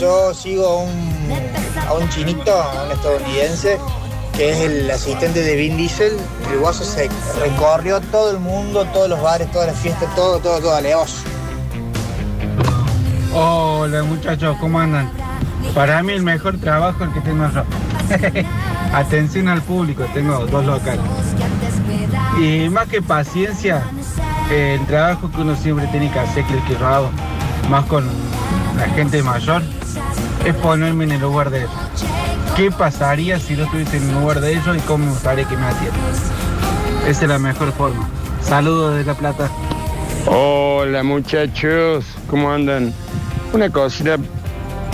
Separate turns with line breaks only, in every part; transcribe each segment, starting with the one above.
Yo sigo a un, a un chinito, a un estadounidense, que es el asistente de Vin Diesel. El guaso se recorrió todo el mundo, todos los bares, todas las fiestas, todo, todo, todo, aleos.
Hola muchachos, ¿cómo andan? Para mí el mejor trabajo es el que tengo yo. Atención al público, tengo dos locales. Y más que paciencia, eh, el trabajo que uno siempre tiene que hacer, que el que yo hago, más con la gente mayor, es ponerme en el lugar de ellos. ¿Qué pasaría si yo estuviese en el lugar de ellos y cómo me gustaría que me atiendan? Esa es la mejor forma. Saludos de La Plata.
Hola muchachos, ¿cómo andan? Una cosita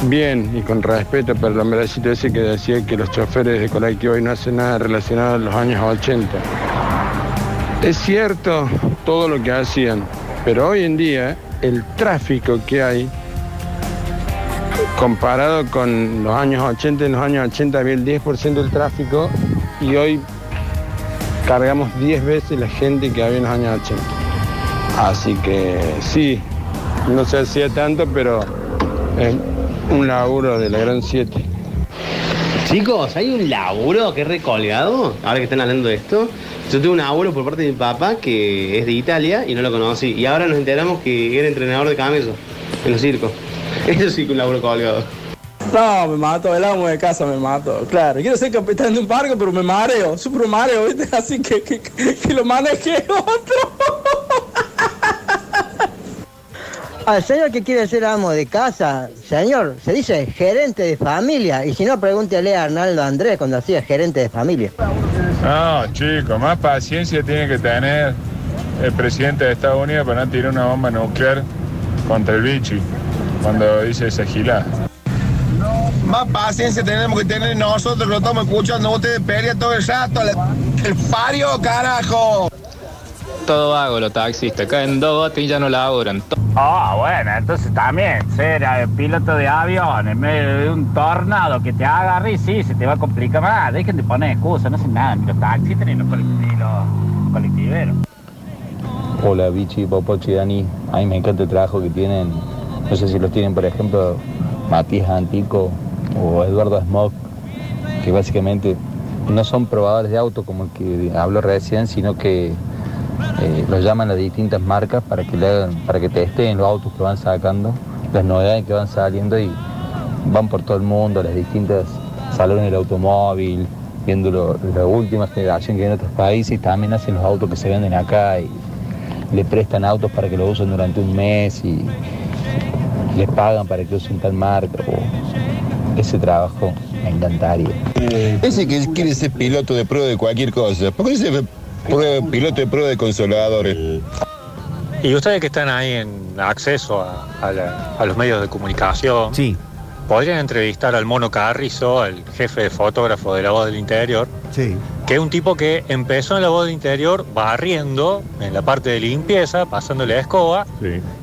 bien y con respeto para la meracita ese que decía que los choferes de colectivo hoy no hacen nada relacionado a los años 80. Es cierto todo lo que hacían, pero hoy en día el tráfico que hay comparado con los años 80, en los años 80 había el 10% del tráfico y hoy cargamos 10 veces la gente que había en los años 80. Así que sí, no se hacía tanto, pero es un laburo de la Gran 7.
Chicos, hay un laburo que es recolgado, ahora que están hablando de esto. Yo tuve un laburo por parte de mi papá que es de Italia y no lo conocí. Y ahora nos enteramos que era entrenador de camellos en los circos. Eso sí que un laburo colgado.
No, me mato, el amo de casa me mato, claro. Quiero ser capitán de un barco, pero me mareo, super mareo, ¿viste? Así que, que, que, que lo maneje otro.
Al señor que quiere ser amo de casa, señor, se dice gerente de familia. Y si no, pregúntele a Arnaldo Andrés cuando hacía gerente de familia.
No, chicos, más paciencia tiene que tener el presidente de Estados Unidos para no tirar una bomba nuclear contra el bichi cuando dice esa gilada.
Más paciencia tenemos que tener nosotros, lo estamos escuchando ustedes pelea todo el rato, el, el pario, carajo.
Todo hago los taxistas, caen dos botes y ya no laburan.
Ah, bueno, entonces también ser eh, piloto de avión en medio de un tornado que te agarre y sí, se te va a complicar más. Dejen de poner excusas, no hacen nada, ni los taxistas ni los, colect- ni los colectiveros.
Hola, Bichi, Popochi, Dani. A mí me encanta el trabajo que tienen. No sé si los tienen, por ejemplo, Matías Antico o Eduardo Smog, que básicamente no son probadores de auto como el que habló recién, sino que eh, los llaman las distintas marcas para que le hagan, para que testeen los autos que van sacando, las novedades que van saliendo y van por todo el mundo, a las distintas salones del automóvil, viendo lo- la última generación que hay en otros países, y también hacen los autos que se venden acá y le prestan autos para que lo usen durante un mes y les pagan para que usen tal marca. o- ese trabajo me encantaría.
Eh, Ese que quiere ser piloto de prueba de cualquier cosa. ¿Por qué se ve prueba- piloto de prueba de consoladores?
Y ustedes que están ahí en acceso a, a la- a los medios de comunicación, podrían entrevistar al Mono Carrizo, el jefe de fotógrafo de La Voz del Interior,
Sí.
que es un tipo que empezó en La Voz del Interior barriendo en la parte de limpieza, pasándole la escoba,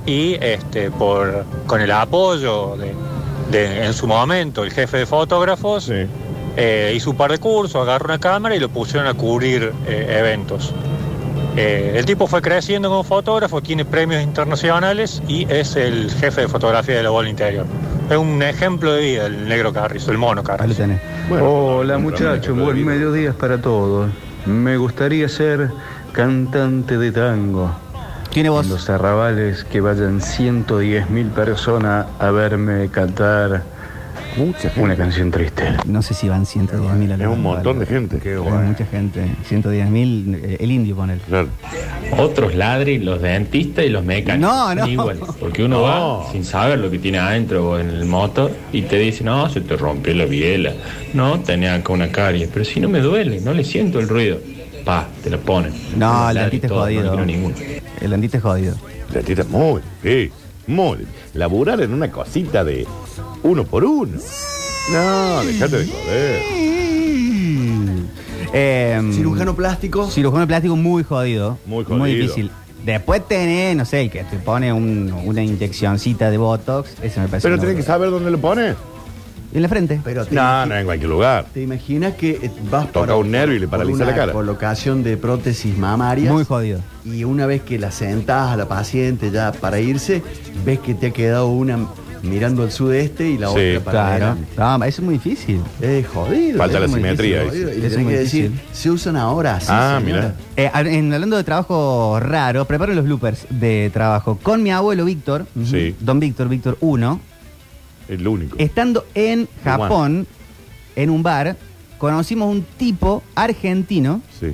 y este, por, con el apoyo de, de- en su momento el jefe de fotógrafos, eh, hizo un par de cursos, agarró una cámara y lo pusieron a cubrir eh, eventos. Eh, el tipo fue creciendo como fotógrafo, tiene premios internacionales y es el jefe de fotografía de la bola interior. Es un ejemplo de vida el negro Carrizo, el mono Carrizo.
Hola muchachos, buen mediodía para todos. Me gustaría ser cantante de tango.
¿Tiene voz?
los arrabales que vayan 110 mil personas a verme cantar una canción triste.
No sé si van 110 mil
Es un montón de gente.
Qué Mucha gente. 110 mil, eh, el indio con él.
Otros ladris, los dentistas y los mecánicos.
No, no.
son Iguales, porque uno va sin saber lo que tiene adentro o en el motor y te dice, no, se te rompió la biela. No, tenía acá una caries. Pero si no me duele, no le siento el ruido. Pa, te la ponen.
No,
Los
el
ladris
dentista es
todos, no le
jodido.
quiero ninguno.
El dentista es jodido.
La tita muy, sí, muy. Laburar en una cosita de uno por uno. No, dejate de joder.
cirujano
plástico.
Em, Cirujano plástico muy jodido. Muy
jodido.
Muy difícil. Después tenés, no sé, el que te pone un- una inyeccioncita de Botox. Ese me parece.
Pero
una
tenés que saber dónde lo pones.
En la frente.
Pero te,
No, no en cualquier lugar.
¿te imaginas que eh, vas
Toca un nervio y le
por
paraliza
una
la cara.
colocación de prótesis mamarias.
Muy jodido.
Y una vez que la sentás a la paciente ya para irse, ves que te ha quedado una
mirando al sudeste y la otra para
claro.
adelante.
No, eso es muy difícil.
Es jodido.
Falta
es
la
muy
simetría,
difícil,
dice.
jodido. Y
Es
le tenés
muy
que decir, se usan ahora así.
Ah,
señora.
Eh, a- en, hablando de trabajo raro, preparo los bloopers de trabajo con mi abuelo Víctor,
Sí.
don Víctor, Víctor 1,
El único.
estando en Japón, en un bar, conocimos un tipo argentino
Sí,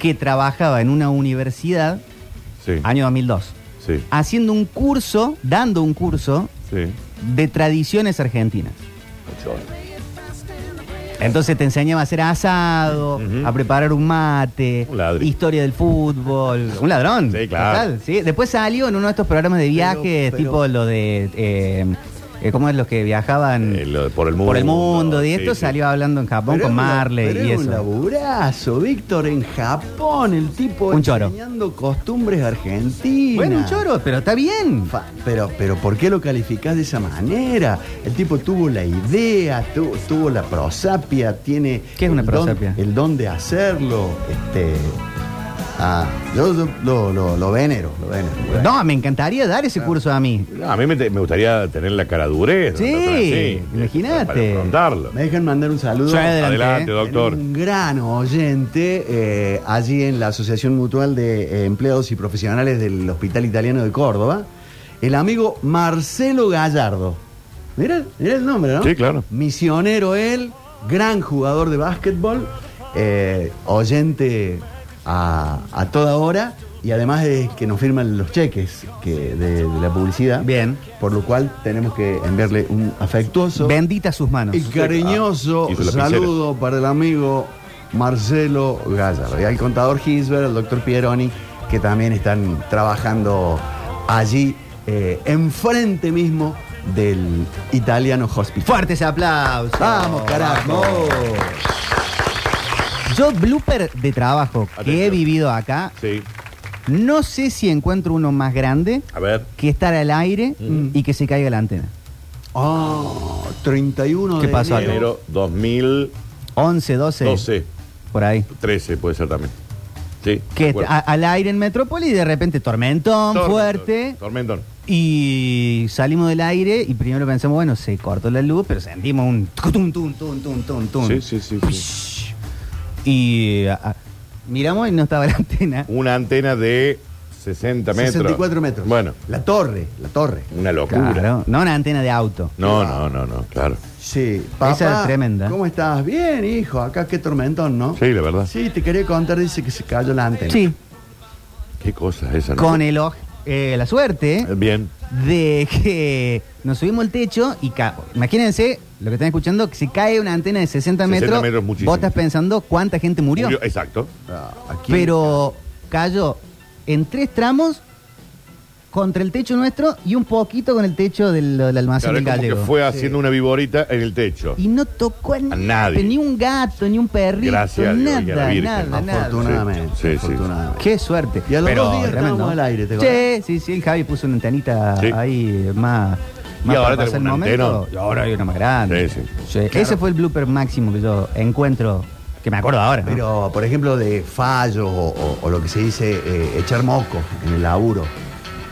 que trabajaba en una universidad,
sí,
año 2002,
sí,
haciendo un curso, dando un curso
sí.
de tradiciones argentinas. Entonces te enseñaba a hacer asado, a preparar un mate, historia del fútbol, un ladrón. Sí,
claro.
sí. Después salió en uno de estos programas de viajes,
pero-
tipo lo de... eh, eh, ¿Cómo es los que viajaban
por el mundo?
Por el mundo, y esto
sí,
salió hablando en Japón
Pero
con
es un la-
Marley
pero
y
es un
eso.
laburazo, Víctor, en Japón, el tipo
Un choro.
enseñando costumbres argentinas.
Bueno, un choro, pero está bien.
pero, pero, ¿por qué lo calificás de esa manera? El tipo tuvo la idea, tu- tuvo la prosapia, tiene.
¿Qué es una
el don-
prosapia?
el don de hacerlo. Este. Ah, yo, yo lo, lo, lo venero, lo venero.
No, me encantaría dar ese curso a mí.
No, a mí me, te- me gustaría tener la cara dureza.
Sí,
imagínate. Para afrontarlo.
Me dejan mandar un saludo.
Sí, adelante, Adelante, ¿eh? doctor.
Un gran oyente eh, allí en la Asociación Mutual de eh, Empleados y Profesionales del Hospital Italiano de Córdoba. El amigo Marcelo Gallardo. Mira, mira el nombre, ¿no?
Sí, claro.
Misionero él, gran jugador de básquetbol, eh, oyente a, a toda hora y además es que nos firman los cheques que, de, de la publicidad.
Bien.
Por lo cual tenemos que enviarle un afectuoso.
Bendita sus
Ah,
manos.
Y cariñoso
Ah, hizo lapiceros.
saludo para el amigo Marcelo Gallardo y al contador Gisbert, al doctor Pieroni, que también están trabajando allí, eh, enfrente mismo del italiano hospital.
Fuertes aplausos.
Vamos, carajo.
Yo, blooper de trabajo que he vivido acá,
Sí.
no sé si encuentro uno más grande
A ver.
que estar al aire
Mm.
y que se caiga la antena.
Oh, 31
¿Qué
de
pasó acá?
enero.
Enero 2012,
11, 12, por ahí.
13 puede ser también. Sí.
Que
de acuerdo.
a- al aire en Metrópoli y de repente tormentón,
Tormentón,
fuerte.
Tormentón.
Y salimos del aire y primero pensamos, bueno, se cortó la luz, pero sentimos un tum, tum, tum, tum, tum, tum.
Sí, sí, sí. sí.
Y ah, ah, miramos y no estaba la antena.
Una antena de 60 metros.
64 metros.
Bueno,
La torre, la torre.
una locura.
Claro, no una antena de auto.
No, no, no, no, claro.
Sí, papá.
Esa es tremenda.
¿Cómo estás? Bien, hijo. Acá qué tormentón, ¿no?
Sí, la verdad.
Sí, te quería contar, dice que se cayó la antena.
Sí,
Qué cosa esa, ¿no?
con el oj- eh, la suerte
Bien.
de que nos subimos al techo y ca- imagínense lo que están escuchando, que se cae una antena de 60 metros,
60 metros, muchísimo.
vos estás pensando cuánta gente murió.
Murió- Exacto.
Aquí.
pero cayó en tres tramos contra el techo nuestro y un poquito con el techo del, del almacén
Claro, es
del
como que
gallego.
fue haciendo una viborita en el techo.
Y no tocó a,
nadie.
ni un gato, ni un perrito,
Gracias a Dios
nada,
y a la Virgen.
nada, nada.
Afortunadamente.
Sí, sí, sí.
afortunadamente.
Qué suerte.
Y a los
Pero
dos días
tremendo.
estábamos al aire, ¿te
Sí, sí, sí, el Javi puso una antenita
Sí.
ahí más...
Y
más
ahora
para pasar el
tenemos una
momento.
antena.
Y ahora hay una más grande.
Sí, sí.
Sí, Ese fue el blooper máximo que yo encuentro, que me acuerdo ahora. ¿no?
Pero, por ejemplo, de fallos o, o- o lo que se dice eh, echar moco en el laburo,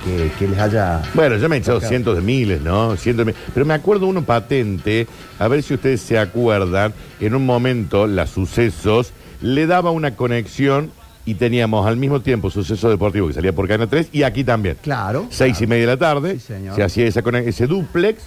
que, que les haya...
Bueno, yo me he echado cientos de miles, ¿no? Cientos de mi- Pero me acuerdo uno patente, a ver si ustedes se acuerdan, en un momento las sucesos le daba una conexión y teníamos al mismo tiempo suceso deportivo que salía por Cana 3 y aquí también.
Claro.
Seis y media de la tarde,
señor.
se hacía esa conex- ese duplex,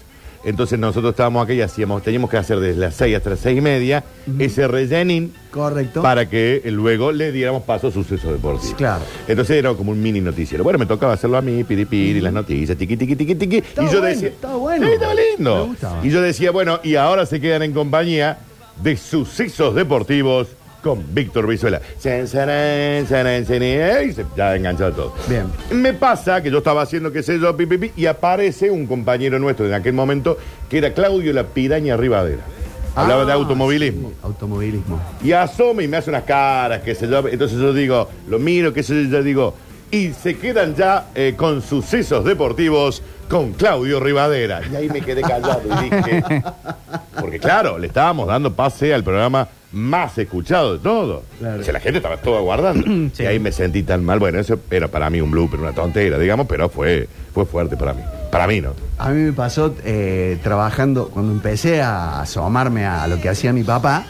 entonces nosotros estábamos acá y hacíamos, teníamos que hacer desde las seis hasta las seis y media ese rellening
Correcto.
para que eh, luego le diéramos paso a suceso deportivo.
Claro.
Entonces era como un mini noticiero. Bueno, me tocaba hacerlo a mí, piri piri, las noticias, tiqui, tiqui, tiqui, tiqui.
Estaba
y yo
bueno,
decía,
estaba bueno.
Sí, estaba
Me
lindo.
gustaba.
Y yo decía, bueno, y ahora se quedan en compañía de sucesos deportivos con Víctor Brizuela. San, sarán, sarán, sarán, Y se- ya enganchado todo.
Bien.
Me pasa que yo estaba haciendo qué sé yo, pi, pi, pi, y aparece un compañero nuestro en aquel momento que era Claudio La Piraña Rivadera. Hablaba de
Ah,
automovilismo.
sí, automovilismo.
Y asoma y me hace unas caras, qué sé yo. Entonces yo digo, lo miro, qué sé yo, yo digo. Y se quedan ya eh, con sucesos deportivos con Claudio Rivadera. Y ahí me quedé callado y dije. Porque claro, le estábamos dando pase al programa más escuchado de todo. O sea, la gente estaba toda guardando. Y ahí me sentí tan mal. Bueno, eso era para mí un blooper, una tontera, digamos, pero fue, fue fuerte para mí. Para mí no.
A mí me pasó eh, trabajando, cuando empecé a asomarme a lo que hacía mi papá,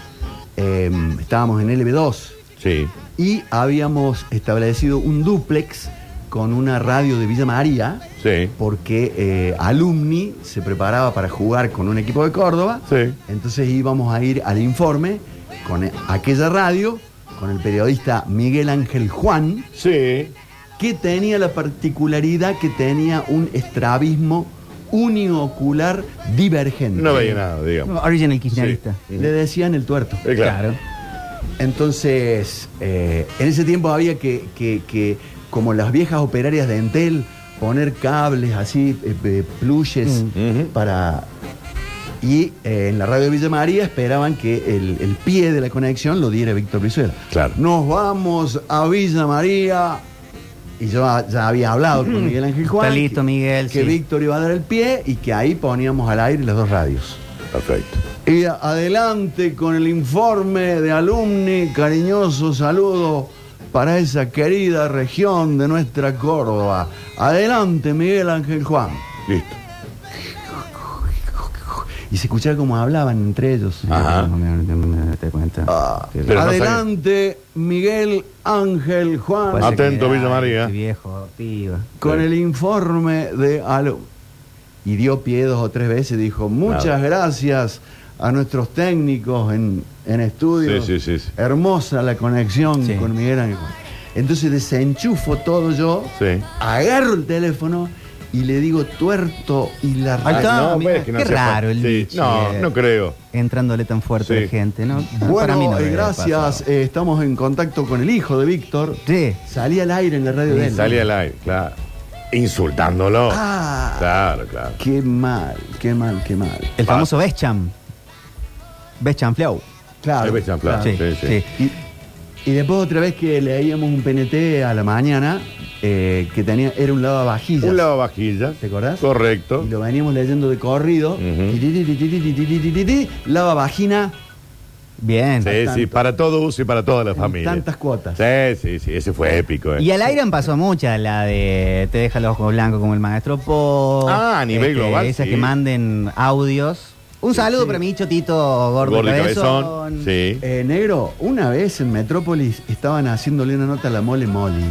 eh, estábamos en LB2.
Sí.
Y habíamos establecido un dúplex con una radio de Villa María,
Sí.
porque eh, Alumni se preparaba para jugar con un equipo de Córdoba. Entonces íbamos a ir al informe con eh, aquella radio, con el periodista Miguel Ángel Juan. Que tenía la particularidad que tenía un estrabismo uniocular divergente.
No veía nada, digamos.
Original kirchnerista.
Sí. Le decían el tuerto.
Eh, claro.
Entonces, eh, en ese tiempo había que, que- que, como las viejas operarias de Entel, poner cables así, eh, eh, pluyes para... Y eh, en la radio de Villa María esperaban que el, el pie de la conexión lo diera Víctor Brizuela.
Claro.
Nos vamos a Villa María. Y yo ah, ya había hablado con Miguel Ángel Juan.
Está listo,
que-
Miguel,
Que
sí.
Víctor iba a dar el pie y que ahí poníamos al aire las dos radios.
Perfecto.
Y a- adelante con el informe de alumni, cariñoso saludo para esa querida región de nuestra Córdoba. Adelante, Miguel Ángel Juan.
Listo.
Y se escuchaba como hablaban entre ellos.
Ah. Pero no
Adelante, Miguel Ángel Juan.
Atento, Villa María.
Con el informe de alumni. Y dio pie dos o tres veces, dijo, muchas gracias a nuestros técnicos en, en estudio.
Sí, sí, sí, sí.
Hermosa la conexión con Miguel Ángel Juan. Entonces desenchufo todo yo,
Sí.
agarro el teléfono y le digo tuerto y la
Ahí está,
no,
mira,
ves que no
qué
hacía falta.
raro el
Sí,
bichi,
no,
eh,
no creo.
Entrándole tan fuerte
Sí.
la gente, ¿no? Para mí
Bueno,
no
eh,
debe haber pasado.
gracias. eh, estamos en contacto con el hijo de Víctor.
Sí.
Salí al aire en la radio de él.
Salí al aire, claro. Insultándolo.
Ah.
Claro, claro.
Qué mal, qué mal, qué mal.
El famoso Bescham. Bescham Flau.
Claro.
El Bescham Flau,
Sí,
sí,
sí,
sí.
Y después otra vez que leíamos un PNT a la mañana, eh, que tenía, era un lavavajillas.
Un lavavajillas.
¿Te acordás?
Correcto.
Y lo veníamos leyendo de corrido. Tiriririririririririri, Lavavagina,
Bien.
Sí, sí, para todo uso y para toda la familia.
tantas cuotas.
Sí, sí, sí, ese fue épico. eh.
Y al aire han pasado muchas, la de te deja los ojos blancos como el maestro Po.
Ah, a nivel global,
Esas
sí.
que manden audios. Un saludo para mi chotito gordo,
Gordo y
cabezón.
cabezón. Sí.
Eh, negro, una vez en Metrópolis estaban haciéndole una nota a la mole Molly.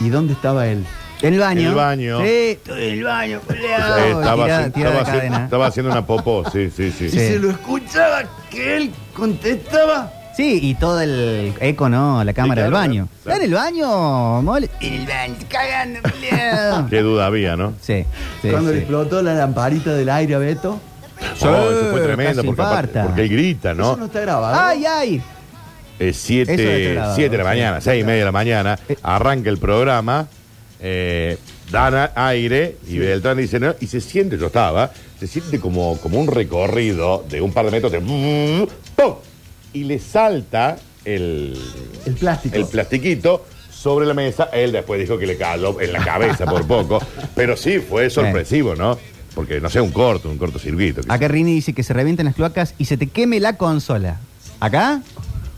¿Y dónde estaba él?
En el baño.
El baño.
Sí, estoy en el baño, culiao.
Eh, estaba,
Tirá-
haci-
tirá
estaba
la
haci-
cadena.
estaba haciendo una popó, sí, sí, sí.
Y se lo escuchaba que él contestaba.
Sí, y todo el eco, ¿no? La cámara
claro,
del baño.
claro.
¿Está en el baño, mole? En el baño, cagando, culiao.
Qué duda había, ¿no?
Sí, sí,
Cuando le
sí.
explotó la lamparita del aire a Beto.
Oh, eso fue tremendo,
casi
porque, aparte-
infarta.
porque él grita,
Eso
¿no?
no está grabado.
¡Ay, ay!
Es
Eso debe
7
estar
de la
grabado, sí. Eh.
mañana, 6 y media de la mañana, arranca el programa, eh, dan a- aire y Beltrán dice, no, y se siente, yo estaba, se siente como, como un recorrido de un par de metros de... ¡pum! Y le salta el,
El plástico.
el plastiquito sobre la mesa, él después dijo que le cayó en la cabeza por poco, pero sí, fue sorpresivo, ¿no? Porque, no sé, un corto, un cortocircuito. qué sé
Acá Rini dice que se revienten las cloacas y se te queme la consola. ¿Acá?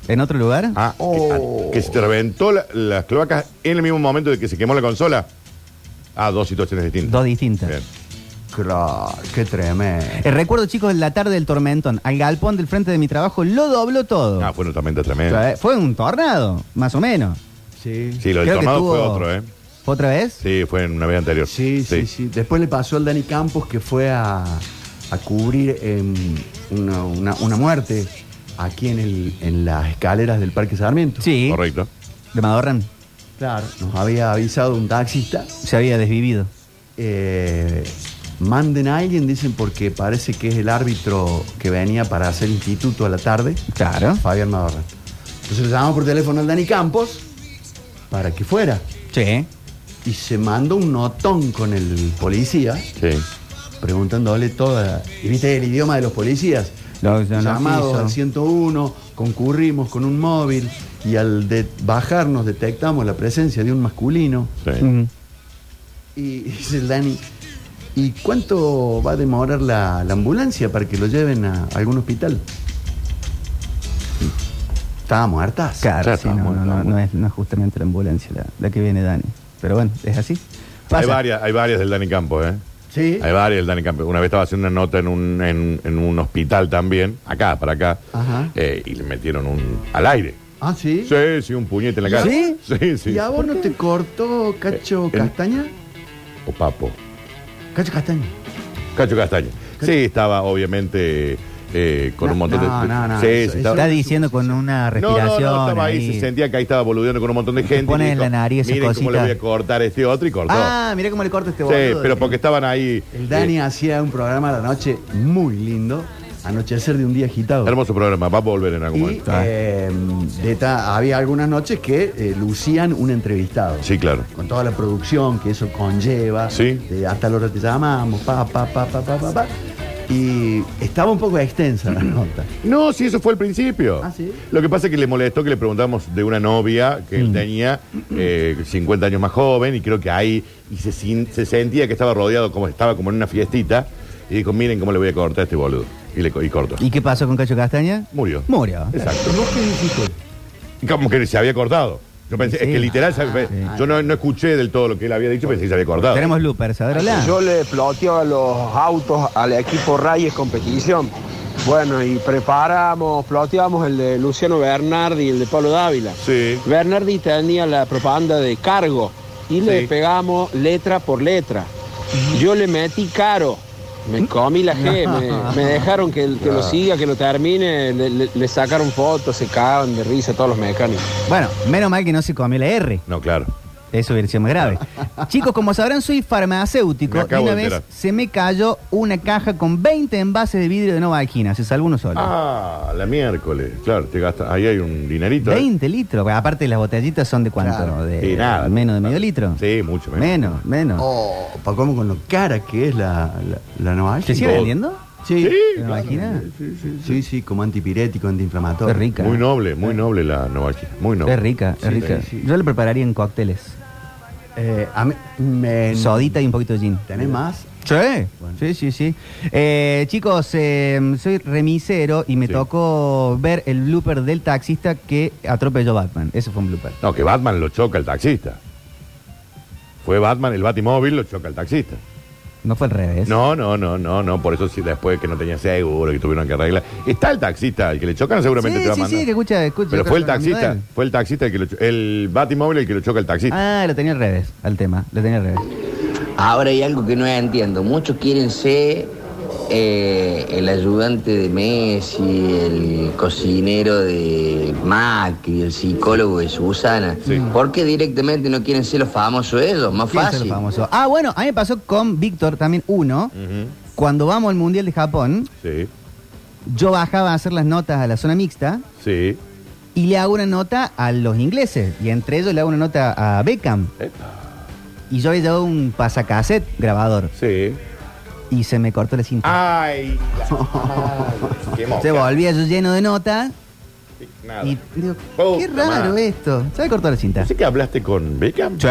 ¿En otro lugar?
Ah, que-
Oh.
ah, que, se te reventó la- las cloacas en el mismo momento de que se quemó la consola. Ah, dos situaciones distintas.
Dos distintas.
Bien.
Claro, qué tremendo.
Eh, recuerdo, chicos, la tarde del tormentón. Al galpón del frente de mi trabajo lo dobló todo.
Ah, fue una tormenta
O
tremenda.
sea, eh, Fue un tornado, más o menos.
Sí.
Sí, lo del
Creo que
tornado
tuvo-
fue otro, ¿eh?
¿Fue otra vez?
Sí, fue en una vez anterior.
Sí, sí, sí, Después le pasó al Dani Campos que fue a, a cubrir em, una, una- una muerte aquí en, el- en las escaleras del Parque Sarmiento.
Sí.
Correcto.
De Madorran.
Claro, nos había avisado un taxista.
Se había desvivido.
eh, manden a alguien, dicen, porque parece que es el árbitro que venía para hacer instituto a la tarde.
Claro.
Fabián Madorra. Entonces le llamamos por teléfono al Dani Campos para que fuera.
Sí.
Y se mandó un notón con el policía
Sí.
preguntándole toda. Y viste el idioma de los policías.
Lo- lo- lo
Llamados
hizo.
al 101, concurrimos con un móvil y al de bajarnos detectamos la presencia de un masculino.
sí.
Mm.
Y dice el Dani, ¿y cuánto va a demorar la, la ambulancia para que lo lleven a algún hospital? Estaba muerta.
Claro,
Claro,
sí, no, no,
muerto,
no,
muerto.
no es, no es justamente la ambulancia la, la que viene Dani. Pero bueno, es así.
Hay
Pasa.
varias, hay varias del Dani Campo, ¿eh?
Sí.
Hay varios, el Dani Campeón. Una vez estaba haciendo una nota en un, en, en un hospital también, acá, para acá,
Ajá.
eh, y le metieron un al aire.
Ah, sí.
Sí, sí, un puñete en la cara.
¿Sí?
Sí, sí.
¿Y a vos no te cortó Cacho
Eh, el-
Castaña?
O papo.
Cacho Castaña.
Cacho Castaño. Sí, estaba obviamente eh, con un montón
No,
de.
no, no.
Sí, sí,
Eso-
estaba-
está diciendo con una
No, no,
respiración.
no, estaba ahí, se sentía que ahí estaba boludeando con un montón de gente.
pone
y
en la nariz esas
Miren cómo le
cositas".
voy a cortar a este otro y cortó.
Ah, mirá cómo le corta este
sí,
boludo.
eh.
pero porque estaban ahí.
El Dani hacía un programa a la noche muy lindo. Anochecer de un día agitado.
eh, Hermoso programa, va a volver en algún
Y
momento.
eh, de ta- había algunas noches que eh, lucían un entrevistado.
Sí, claro.
Con toda la producción que eso conlleva. De hasta la hora te llamamos, pa, pa, pa, pa, pa, pa, pa. Y estaba un poco extensa la nota.
No, sí, eso fue al principio. Lo que pasa es que le molestó que le preguntamos de una novia que él tenía eh, 50 años más joven y creo que ahí y se, sin- se sentía que estaba rodeado, como estaba como en una fiestita. Y dijo, miren cómo le voy a cortar a este boludo. Y le co- y cortó.
¿Y qué pasó con Cacho Castaña?
Murió.
Murió.
Exacto. Como que se había cortado. Yo pensé, es que literal, se- yo no, no escuché del todo lo que él había dicho, pensé que se había cortado.
Tenemos loopers, a ver, hola.
Yo le ploteo a los autos al equipo Reyes competición. Bueno, y preparamos, ploteamos el de Luciano Bernardi y el de Pablo Dávila. Bernardi tenía la propaganda de cargo y le pegamos letra por letra. Yo le metí caro. Me comí la G, me, me dejaron que, que lo
Ah.
siga, que lo termine, le, le- le sacaron fotos, se cagaban de risa todos los mecánicos.
Bueno, menos mal que no se comió la R.
No, claro.
Eso hubiera sido más grave. Chicos, como sabrán, soy farmacéutico.
Me acabo
una
de
vez
enterar.
se me cayó una caja con 20 envases de vidrio de Novalquina. Se salvó uno solo.
Ah, la miércoles. Claro, te gasta. Ahí hay un dinerito. ¿eh?
20 litros. Bueno, Aparte, las botellitas son de cuánto? De,
Sí, nada.
Menos de medio litro.
Sí, mucho
Menos, menos.
Oh, pa' cómo con lo cara que es la, la, la Novalgina.
¿Se sigue vendiendo?
Sí.
¿La Novalgina?
Sí, sí, sí, sí, como antipirético, antiinflamatorio.
Es rica.
Muy noble, muy noble la Novaquina. Muy noble.
Es rica, es
Sí,
rica.
sí, sí.
Yo la prepararía en cócteles.
Eh, a mí- me-
Sodita y un poquito de gin.
¿Tenés más?
Sí, sí, sí, sí. Eh, chicos, eh, soy remisero y me tocó ver el blooper del taxista que atropelló a Batman. Ese fue un blooper.
No, que Batman lo choca el taxista. Fue Batman, el Batimóvil lo choca el taxista.
No fue al revés.
No, no, no, no, no. Por eso sí, después que no tenía seguro, que tuvieron que arreglar. Está el taxista, el que le chocan seguramente
sí,
te va a
sí,
mandar.
sí, que escucha, escucha.
Pero
yo
fue el
creo que lo mandó
taxista,
él.
fue el taxista el que lo cho- el Batimóvil el que lo choca el taxista.
Ah, lo tenía al revés, al tema. Lo tenía al revés.
Ahora hay algo que no entiendo. Muchos quieren ser eh, el ayudante de Messi, el cocinero de Macri, el psicólogo de Susana. ¿Por qué directamente no quieren ser los famosos ellos? Más
¿Quién es el
fácil. Mm.
famoso? Ah, bueno, a mí me pasó con Víctor también uno. Cuando vamos al Mundial de Japón,
Sí,
yo bajaba a hacer las notas a la zona mixta
sí.
y le hago una nota a los ingleses. Y entre ellos le hago una nota a Beckham. Y yo había llevado un pasacassette grabador.
Sí.
Y se me cortó la cinta.
Ay, qué
Se volvía yo lleno de notas.
Nada.
Y digo, qué
Puta
raro
madre.
esto. Se me cortó la cinta.
¿Así que hablaste con Beckham?
Sí,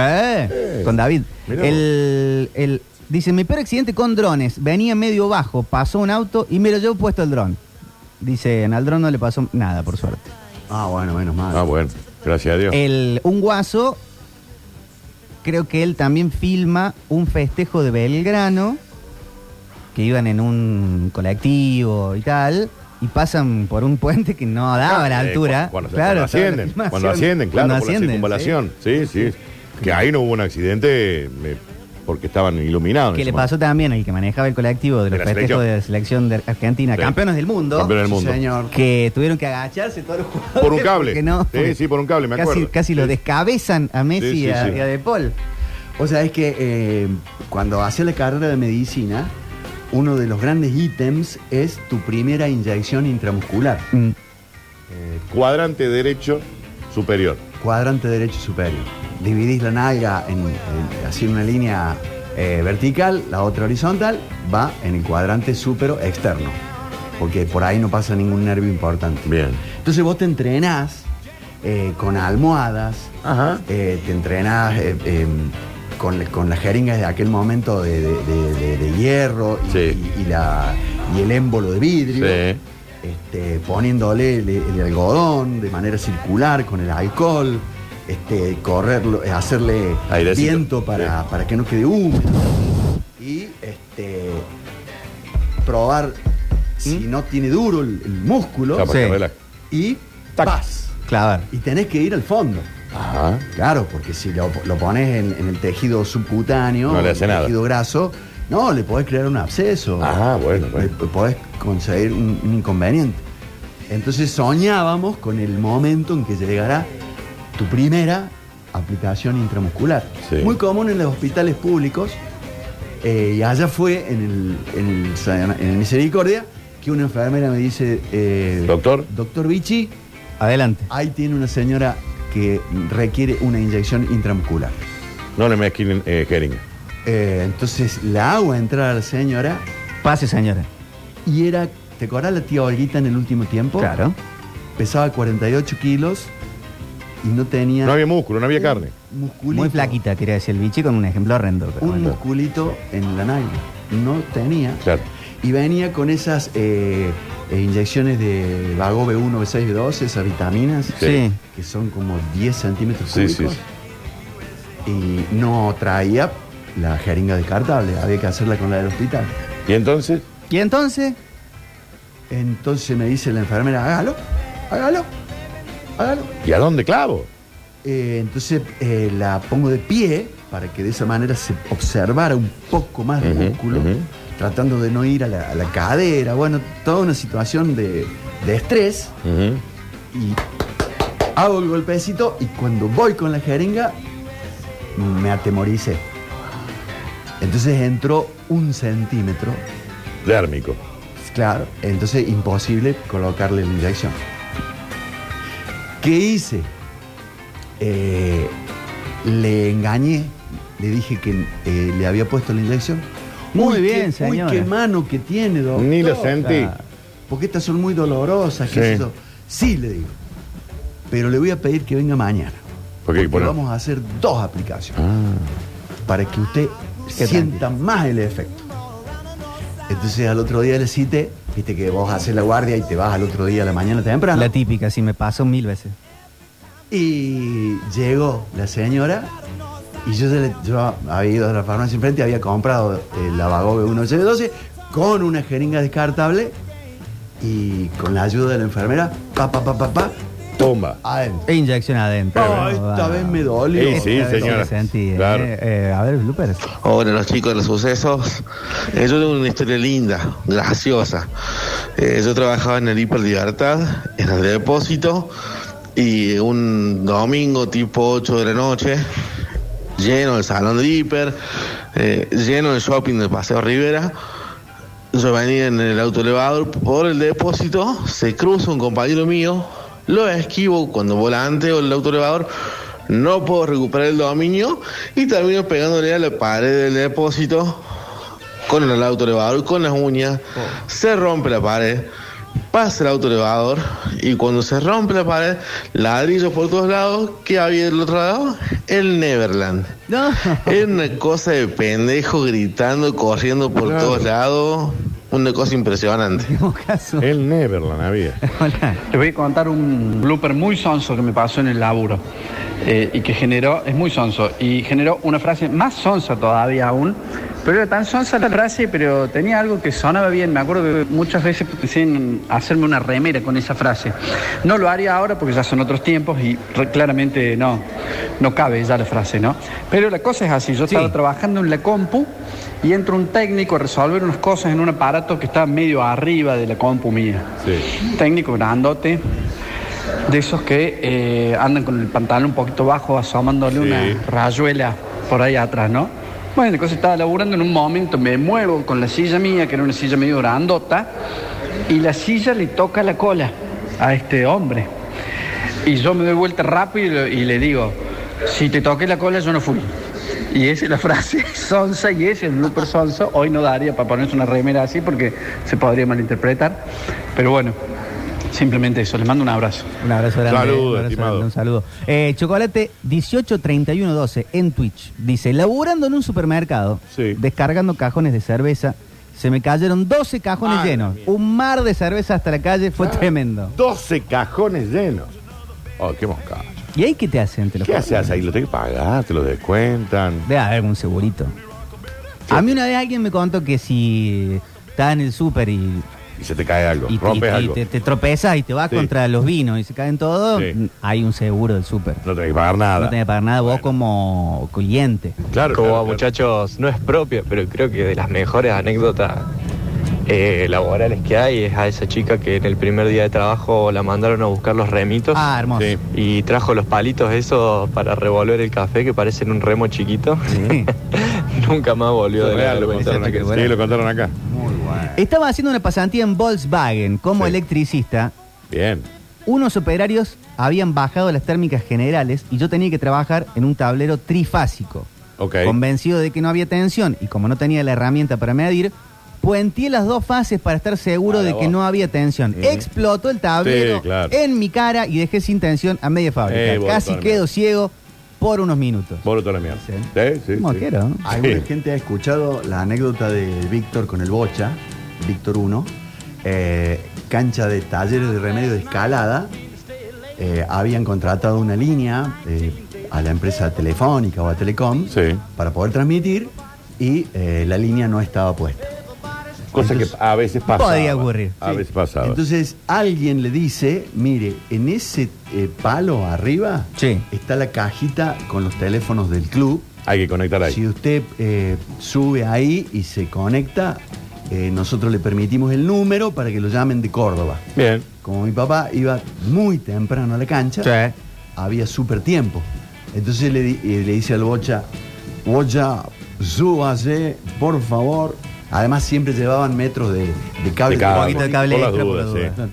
con David.
Mirá vos.
El, el- dice, mi peor accidente con drones. Venía medio bajo, pasó un auto y me lo llevó puesto el dron. Dice, al dron no le pasó nada, por suerte.
Ah, bueno, menos mal.
Ah, bueno. Gracias a Dios.
El, un guaso, creo que él también filma un festejo de Belgrano, que iban en un colectivo y tal, y pasan por un puente que no daba la
Eh, cu-
altura.
Cuando, cuando
claro, estaba la
ascienden,
filmación.
cuando ascienden, claro, por
Cuando
la
ascienden,
circunvalación. Sí, sí. Que ahí no hubo un accidente eh, porque estaban iluminados. en
Que
ese
le pasó también al que manejaba el colectivo de los
De la selección.
festejos de la selección de Argentina,
Sí.
campeones del mundo.
Campeones del
Sí,
mundo.
señor. Que tuvieron que agacharse todos los jugadores.
Por un cable.
porque no,
Sí,
porque
sí, por un cable, me
casi,
acuerdo.
Casi lo descabezan a Messi
Sí, sí,
y, a,
sí.
y a De Paul.
O sea, es que eh, cuando hacía la carrera de medicina, uno de los grandes ítems es tu primera inyección intramuscular.
Mm.
Cuadrante derecho superior.
Cuadrante derecho superior. Dividís la nalga en, en- así en una línea eh, vertical, la otra horizontal, va en el cuadrante súpero externo. Porque por ahí no pasa ningún nervio importante.
Bien.
Entonces vos te entrenás eh, con almohadas, eh, te entrenás eh, eh, con, con las jeringas de aquel momento de, de- de- de- de hierro y, y- y la, y el émbolo de vidrio, este, poniéndole el, el algodón de manera circular con el alcohol, este, correrlo, eh, hacerle
Airecito.
viento para, para que no quede húmedo. Y este, probar si
¿Mm?
no tiene duro el, el músculo.
Ya, para que relaje.
Y paz.
Clavar.
Y tenés que ir al fondo.
Ajá.
Claro, porque si lo, lo pones en, en el tejido subcutáneo,
No le hace
en el
nada.
tejido graso, no, le podés crear un absceso.
Ah, bueno,
Le,
bueno.
le podés conseguir un, un inconveniente. Entonces soñábamos con el momento en que llegará tu primera aplicación intramuscular. Muy común en los hospitales públicos. eh, y allá fue en el, en, el, San- en el Misericordia que una enfermera me dice... eh,
Doctor.
Doctor Vichy.
Adelante.
Ahí tiene una señora que requiere una inyección intramuscular.
No le mezclen eh, jeringa.
Eh, entonces la hago entrar a la señora.
Pase, señora.
Y era, ¿te acordás la tía Olguita en el último tiempo?
Claro.
Pesaba 48 kilos y no tenía.
No había músculo, no había carne.
Muy flaquita, quería decir el bichi con un ejemplo horrendo. pero
un
bueno.
musculito en la nalga. No tenía.
Claro.
Y venía con esas eh, eh, inyecciones de vago B1, B6, B2, esas vitaminas.
Sí.
Que son como 10 centímetros
Sí, sí,
cúbicos. Y no traía la jeringa descartable. Había que hacerla con la del hospital.
¿Y entonces?
¿Y entonces?
Entonces me dice la enfermera, hágalo, hágalo, hágalo.
¿Y a dónde clavo?
Eh, entonces eh, la pongo de pie para que de esa manera se observara un poco más de
Ujú,
músculo, tratando de no ir a la, a la cadera. Bueno, toda una situación de, de estrés. Y hago el golpecito y cuando voy con la jeringa me atemoricé. Entonces entró un centímetro.
Dérmico.
Claro, entonces imposible colocarle la inyección. ¿Qué hice? Eh, le engañé, le dije que eh, le había puesto la inyección.
Muy
Uy,
bien,
qué, uy,
señora.
qué mano que tiene, doctor.
Ni lo sentí.
Porque estas son muy dolorosas, qué
Sí.
sé yo. Sí, le digo. Pero le voy a pedir que venga mañana.
Porque
Porque vamos a hacer dos aplicaciones. Para que usted sienta más el efecto. Entonces al otro día le cité, viste que vos haces la guardia y te vas al otro día a la mañana temprano.
La típica, sí, me pasó mil veces.
Y llegó la señora y yo, se le- yo había ido a la farmacia enfrente, había comprado eh, la Vagobe 112 con una jeringa descartable y con la ayuda de la enfermera, pa, pa, pa, pa, pa,
Toma.
adentro.
E inyección adentro.
No, esta vez me dolió.
Sí, sí,
señora.
Claro. eh. a ver, bloopers.
Hola, los chicos de los sucesos. Eh, yo tengo una historia linda, graciosa. Eh, yo trabajaba en el Hiper Libertad, en el depósito, y un domingo tipo 8 de la noche, lleno el salón del Hiper, eh, lleno el shopping del Paseo Rivera, yo venía en el auto elevador por el depósito, se cruza un compañero mío, lo esquivo cuando volante o el auto elevador, no puedo recuperar el dominio y termino pegándole a la pared del depósito con el auto elevador, con las uñas, se rompe la pared, pasa el auto elevador y cuando se rompe la pared, ladrillos por todos lados, ¿qué había del otro lado? El Neverland. Era una cosa de pendejo gritando, corriendo por todos lados, una cosa impresionante.
El Neverland había.
Les voy a contar un blooper muy sonso que me pasó en el laburo eh, y que generó, es muy sonso, y generó una frase más sonsa todavía aún, pero era tan sonsa la frase, pero tenía algo que sonaba bien. Me acuerdo que muchas veces pensé en hacerme una remera con esa frase. No lo haría ahora porque ya son otros tiempos y re- claramente no, no cabe ya la frase, ¿no? Pero la cosa es así, yo estaba trabajando en la compu y entra un técnico a resolver unas cosas en un aparato que está medio arriba de la compu mía. Un Técnico grandote, de esos que eh, andan con el pantalón un poquito bajo, asomándole una rayuela por ahí atrás, ¿no? Bueno, entonces estaba laburando en un momento, me muevo con la silla mía, que era una silla medio grandota, y la silla le toca la cola a este hombre. Y yo me doy vuelta rápido y, lo- y le digo, si te toqué la cola yo no fui. Y esa es la frase sonsa y ese es el blooper sonso. Hoy no daría para ponerse una remera así porque se podría malinterpretar. Pero bueno, simplemente eso. Les mando un abrazo.
Un abrazo grande.
Saludos,
un abrazo
estimado.
grande, un saludo. Eh, Chocolate 183112 en Twitch. Dice, laburando en un supermercado, descargando cajones de cerveza, se me cayeron 12 cajones
Madre
llenos. Un mar de cerveza hasta la calle fue tremendo.
12 cajones llenos. Oh, qué mosca.
¿Y ahí qué te hacen? ¿Te los
¿Qué
cobran?
haces ahí? ¿Lo tenés que pagar? ¿Te lo descuentan?
Debe haber algún segurito. A mí una vez alguien me contó que si estás en el súper y,
Y se te cae algo,
y-
rompes
y- y
algo.
te, te tropezas y te vas
Sí.
contra los vinos y se caen todos,
Sí.
hay un seguro del súper.
No tenés que pagar nada.
No tenés que pagar nada vos como cliente.
Claro.
Como muchachos, no es propio, pero creo que de las mejores anécdotas eh, laborales que hay es a esa chica que en el primer día de trabajo la mandaron a buscar los remitos.
Ah, hermoso. Sí.
Y trajo los palitos esos para revolver el café que parecen un remo chiquito. Nunca más volvió de la
Real, lo
vergüenza.
contaron acá. Sí, lo contaron acá.
Estaba haciendo una pasantía en Volkswagen como electricista.
Bien.
Unos operarios habían bajado las térmicas generales y yo tenía que trabajar en un tablero trifásico.
Ok.
Convencido de que no había tensión y como no tenía la herramienta para medir, puenteé las dos fases para estar seguro de que no había tensión. Explotó el tablero
Sí, claro.
en mi cara y dejé sin tensión a media fábrica.
Eh, bueno,
Casi
totalmente.
quedo ciego por unos minutos.
Boroto la mierda. Sí, sí.
Como
sí.
quiero, ¿no?
Sí.
Alguna gente ha escuchado la anécdota de Víctor con el Bocha, Víctor 1, eh, cancha de talleres de remedio de escalada. eh, habían contratado una línea eh, a la empresa telefónica o a Telecom para poder transmitir y eh, la línea no estaba puesta.
Cosa que a veces pasa.
Podía ocurrir.
A
Sí.
veces pasaba.
Entonces alguien le dice, mire, en ese eh, palo arriba está la cajita con los teléfonos del club.
Hay que conectar ahí.
Si usted eh, sube ahí y se conecta, eh, nosotros le permitimos el número para que lo llamen de Córdoba.
Bien.
Como mi papá iba muy temprano a la cancha, había súper tiempo. Entonces le, di- eh, le dice al bocha, bocha, súbase, por favor. Además siempre llevaban metros de, de cable.
De cable, Un poquito de cable por las extra, por dudas, las dudas.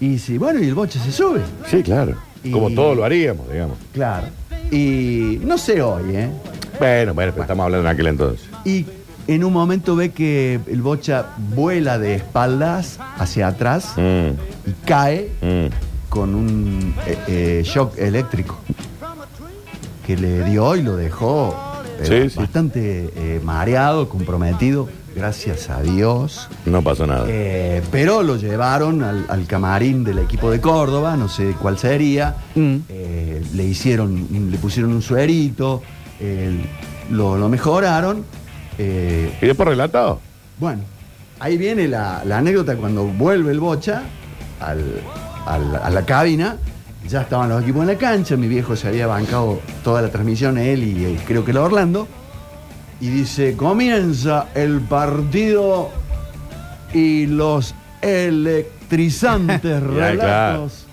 Y sí, bueno, y el bocha se sube.
Sí, claro.
Y-
Como todos lo haríamos, digamos.
Claro. Y no sé hoy, ¿eh?
Bueno, bueno, pero estamos hablando en aquel entonces.
Y en un momento ve que el bocha vuela de espaldas hacia atrás
Mm.
y cae con un eh, eh, shock eléctrico que le dio y lo dejó pero
Sí, sí.
bastante eh, mareado, comprometido, gracias a Dios.
No pasó nada.
Eh, pero lo llevaron al, al camarín del equipo de Córdoba, no sé cuál sería. Eh, le hicieron, le pusieron un suerito, eh, lo, lo mejoraron. eh,
¿Y después relatado?
Bueno, ahí viene la, la anécdota cuando vuelve el bocha al- al- a la cabina. Ya estaban los equipos en la cancha, mi viejo se había bancado toda la transmisión, él y eh, creo que la Orlando. Y dice, comienza el partido y los electrizantes
claro.
relatos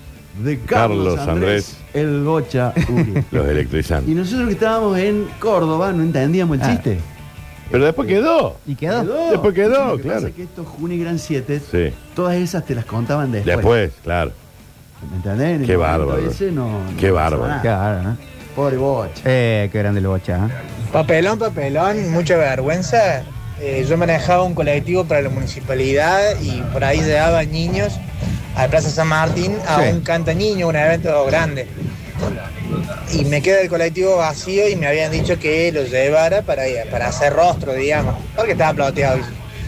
de Carlos,
Carlos
Andrés,
Andrés.
el Bocha Uri.
Los
y
electrizantes.
nosotros que estábamos en Córdoba no entendíamos el chiste.
Ah. Pero después quedó.
¿Y quedó?
Después quedó,
Lo que pasa
claro.
es que estos Juni Gran 7,
Sí.
todas esas te las contaban después.
Después, claro.
¿Me entendés? En el
Qué
momento
bárbaro.
ese no- no
Qué
pasó
bárbaro.
nada.
Qué bárbaro, ¿no?
Pobre bocha.
Eh, qué grande el bocha. ¿eh?
Papelón, papelón, mucha vergüenza. Eh, yo manejaba un colectivo para la municipalidad y por ahí llevaban niños a Plaza San Martín a
Sí.
un canta niño, un evento grande. Y me queda el colectivo vacío y me habían dicho que lo llevara para, para hacer rostro, digamos, porque estaba plateado.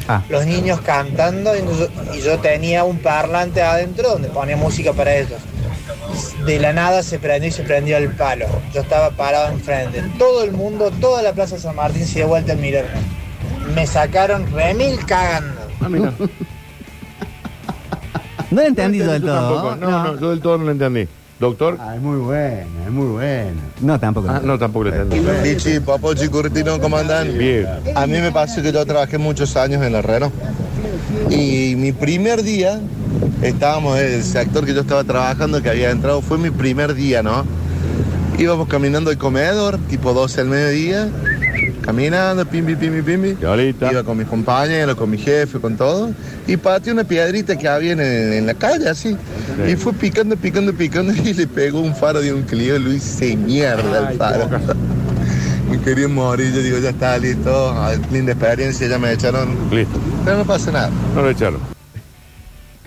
Ah.
Los niños cantando y yo- y yo tenía un parlante adentro donde ponía música para ellos. De la nada se prendió y se prendió el palo. Yo estaba parado enfrente. Todo el mundo, toda la Plaza San Martín se dio vuelta a mirarme. Me sacaron remil cagando.
No lo entendí yo del
Yo tampoco.
todo. ¿eh?
No, no, yo del todo no lo entendí. ¿Doctor?
Ah, es muy bueno, es muy bueno.
No, tampoco.
Ah, no, tampoco lo entendí.
Lichi, Papochi, Curtino, ¿cómo andan?
Bien.
A mí me pasó que yo trabajé muchos años en Herrero. Y mi primer día, estábamos, el sector que yo estaba trabajando, que había entrado, fue mi primer día, ¿no? Íbamos caminando al comedor, tipo 12 al mediodía, caminando, pimbi, pimbi, pimbi. Iba con mis compañeros, con mi jefe, con todo. Y pateé una piedrita que había en, en la calle, así. Y fue picando, picando, picando y le pegó un faro de un Clio, Luis, se mierda el faro. Me quería morir, yo digo, ya está listo, ah, linda experiencia, ya me echaron.
Listo.
Pero no pasa nada.
No lo echaron.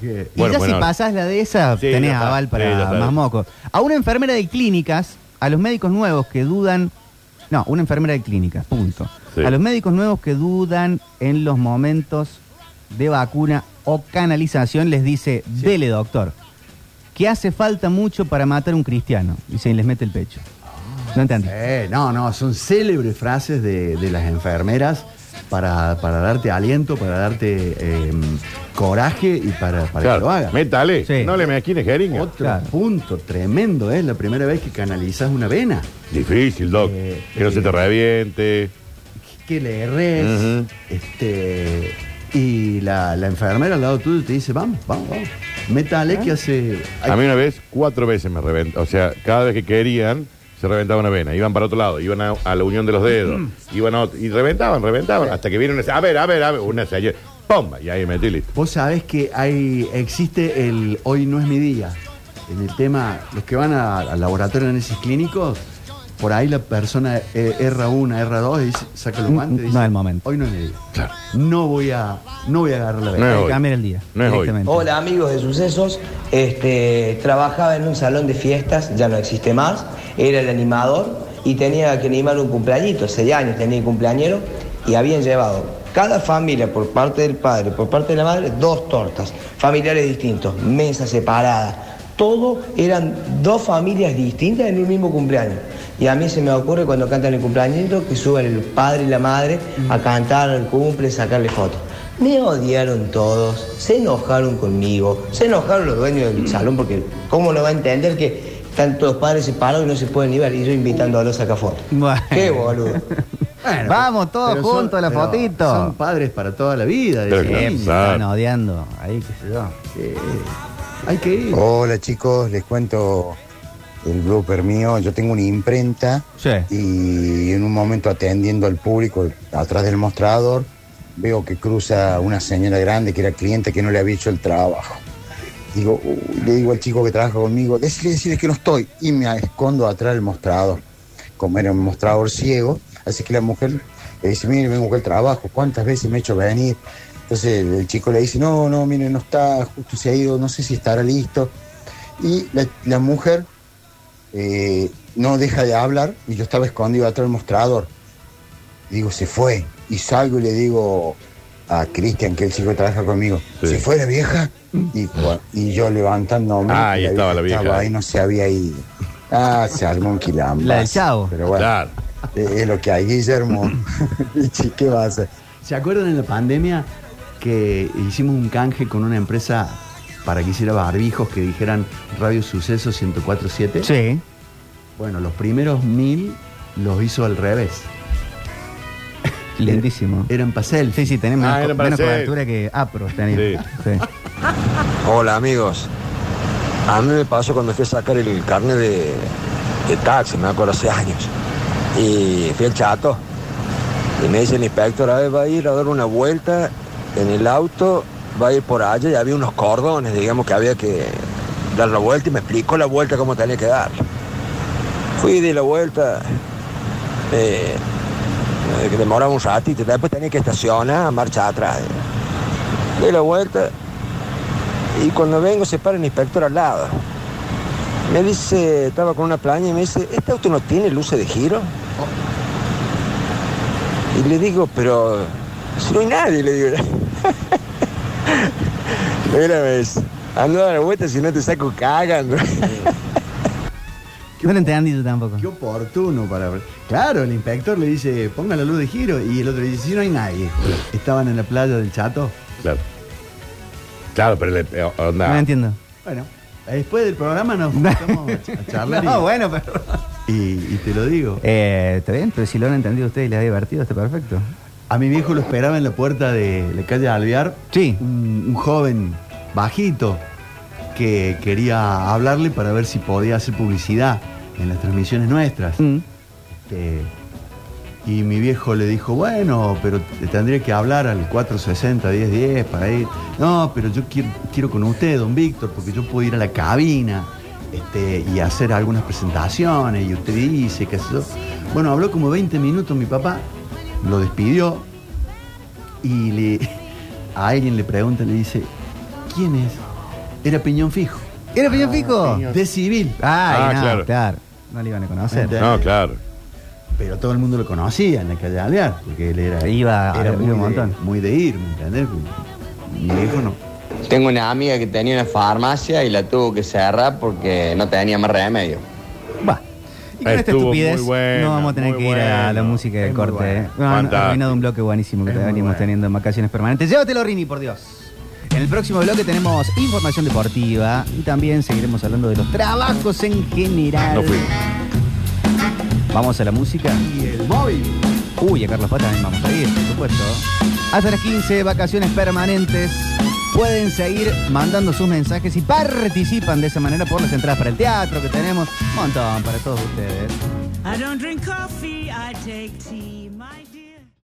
Y ya si pasás la de esa,
Sí,
tenés
ya está.
aval para
Sí, ya está.
más moco. A una enfermera de clínicas, a los médicos nuevos que dudan. No, una enfermera de clínicas, punto.
Sí.
A los médicos nuevos que dudan en los momentos de vacuna o canalización, les dice, dele doctor, que hace falta mucho para matar a un cristiano. Y se les mete el pecho. No entendí.
Eh, no, no, son célebres frases de, de las enfermeras para, para darte aliento, para darte eh, coraje y para, para
Claro,
que lo hagas.
métale, no le mezquines jeringa.
Otro punto tremendo, es la primera vez que canalizas una vena.
Difícil, Doc.
Eh,
que no se te reviente.
que le erres.
Ujú.
este, y la, la enfermera al lado tuyo te dice, vamos, vamos, vamos. Métale que hace.
A mí una vez, cuatro veces me reventó. O sea, cada vez que querían, se reventaba una vena. Iban para otro lado, iban a, a la unión de los dedos,
Mm.
iban a otro, y reventaban, reventaban. Hasta que vieron ese, a ver, a ver, a ver, una señora. ¡Pomba! Y ahí metí y listo.
Vos sabés que hay, existe el hoy no es mi día. En el tema, los que van a- al laboratorio de análisis clínicos, por ahí la persona eh, erra una, erra dos y dice, saca los guantes. y dice,
No es el momento.
Hoy no es mi día. No voy a, no voy a agarrar la
No es
vena.
Hay que hoy. cambiar el día, No es hoy. directamente.
Hola amigos de sucesos, este, trabajaba en un salón de fiestas, ya no existe más, era el animador y tenía que animar un cumpleañito, seis años tenía el cumpleañero y habían llevado cada familia por parte del padre, por parte de la madre, dos tortas, familiares distintos, mesa separada, todo eran dos familias distintas en un mismo cumpleaños. Y a mí se me ocurre cuando cantan el cumpleañito que suban el padre y la madre a cantar el cumple, sacarle fotos. Me odiaron todos, se enojaron conmigo, se enojaron los dueños del salón porque ¿cómo no va a entender que están todos padres separados y no se pueden ir y yo invitando a los a sacar fotos? ¡Qué boludo!
Vamos todos
Pero son-
juntos a la
pero
fotito.
Son padres para toda la vida.
Pero
decís.
claro, Sí, claro. están odiando. Ahí, qué sé yo.
Eh, Hay que ir.
Hola chicos, les cuento el blooper mío. Yo tengo una imprenta y en un momento atendiendo al público atrás del mostrador, veo que cruza una señora grande que era cliente que no le había hecho el trabajo. Digo, "Uh", le digo al chico que trabaja conmigo, decirle, decirle que no estoy y me escondo atrás del mostrador. Como era un mostrador ciego, así que la mujer le dice, mire, vengo con el trabajo, ¿cuántas veces me he hecho venir? Entonces el chico le dice, no, no, mire, no está, justo se ha ido, no sé si estará listo. Y la, la mujer eh, no deja de hablar y yo estaba escondido atrás del mostrador. Digo, se fue. Y salgo y le digo a Cristian, que es el chico que trabaja conmigo, se fue la vieja. Y, bueno, y yo levantándome.
Ah, ahí estaba la vieja.
Estaba ahí, no se había ido. Ah, se armó un quilombo.
La del chavo.
Pero bueno, eh, es lo que hay, Guillermo. Chi, ¿Qué va a hacer?
¿Se acuerdan en la pandemia que hicimos un canje con una empresa para que hiciera barbijos que dijeran Radio Suceso 1047?
Sí.
Bueno, los primeros mil los hizo al revés.
Lindísimo.
Eran para selfie.
Sí, sí, tenemos
Ah,
menos,
era para
menos
hacer.
cobertura que APRO. tenía. Sí.
Hola amigos, a mí me pasó cuando fui a sacar el carnet de, de taxi, me acuerdo hace años, y fui al chato, y me dice el inspector, a ver, va a ir a dar una vuelta en el auto, va a ir por allá, y había unos cordones, digamos, que había que dar la vuelta, y me explicó la vuelta cómo tenía que dar. Fui y di la vuelta, eh, eh, que demoraba un ratito, después tenía que estacionar, marcha atrás. eh. Di la vuelta, y cuando vengo se para el inspector al lado. Me dice, estaba con una playa y me dice, ¿este auto no tiene luces de giro? Y le digo, pero si no hay nadie, le digo. Mira, ves, ando a dar vuelta si no te saco cagando.
No lo entendí este yo tampoco.
Qué oportuno para. Claro, el inspector le dice, ponga la luz de giro. Y el otro le dice, si no hay nadie. Estaban en la playa del Chato.
Claro. Claro, pero le. eh, Onda.
No entiendo.
Bueno, después del programa nos juntamos a charlar.
No,
bueno, pero. Y, y te lo digo.
Eh, está bien, pero si lo han entendido ustedes y les ha divertido, está perfecto.
A mi viejo lo esperaba en la puerta de la calle Alvear. Sí. Un, un joven bajito que quería hablarle para ver si podía hacer publicidad en las transmisiones nuestras.
Mm.
Este, y mi viejo le dijo, bueno, pero te tendría que hablar al 460-1010 para ir. No, pero yo quiero, quiero con usted, don Víctor, porque yo puedo ir a la cabina este, y hacer algunas presentaciones y usted dice, qué sé yo. Bueno, habló como 20 minutos mi papá, lo despidió y le, a alguien le pregunta, le dice, ¿quién es? Era Piñón Fijo.
¿Era Ah, Piñón Fijo?
De civil.
Ah, no, claro. No le iban a conocer.
¿Entendés? No,
claro.
Pero todo el mundo lo conocía en la calle de Alvear, porque él era,
Iba a-
era
iba
muy,
un
de-
montón.
muy de ir, ¿me entendés? Mi viejo no.
Tengo una amiga que tenía una farmacia y la tuvo que cerrar porque no tenía más remedio.
Y con esta
Estuvo
estupidez
muy bueno,
no vamos a tener
muy
que ir a la
bueno.
música de
Es muy
corte.
bueno.
eh. No, no,
Fantástico.
arruinado un bloque buenísimo que
Es muy
venimos
bueno.
teniendo en vacaciones permanentes. Llévatelo, Rini, por Dios. En el próximo bloque tenemos información deportiva y también seguiremos hablando de los trabajos en general.
No fui.
Vamos a la música.
Y el móvil.
Uy, a Carlos Paz también vamos a ir, por supuesto. Hasta las 15, vacaciones permanentes. Pueden seguir mandando sus mensajes y participan de esa manera por las entradas para el teatro que tenemos. Un montón para todos ustedes.
I don't drink coffee, I take tea.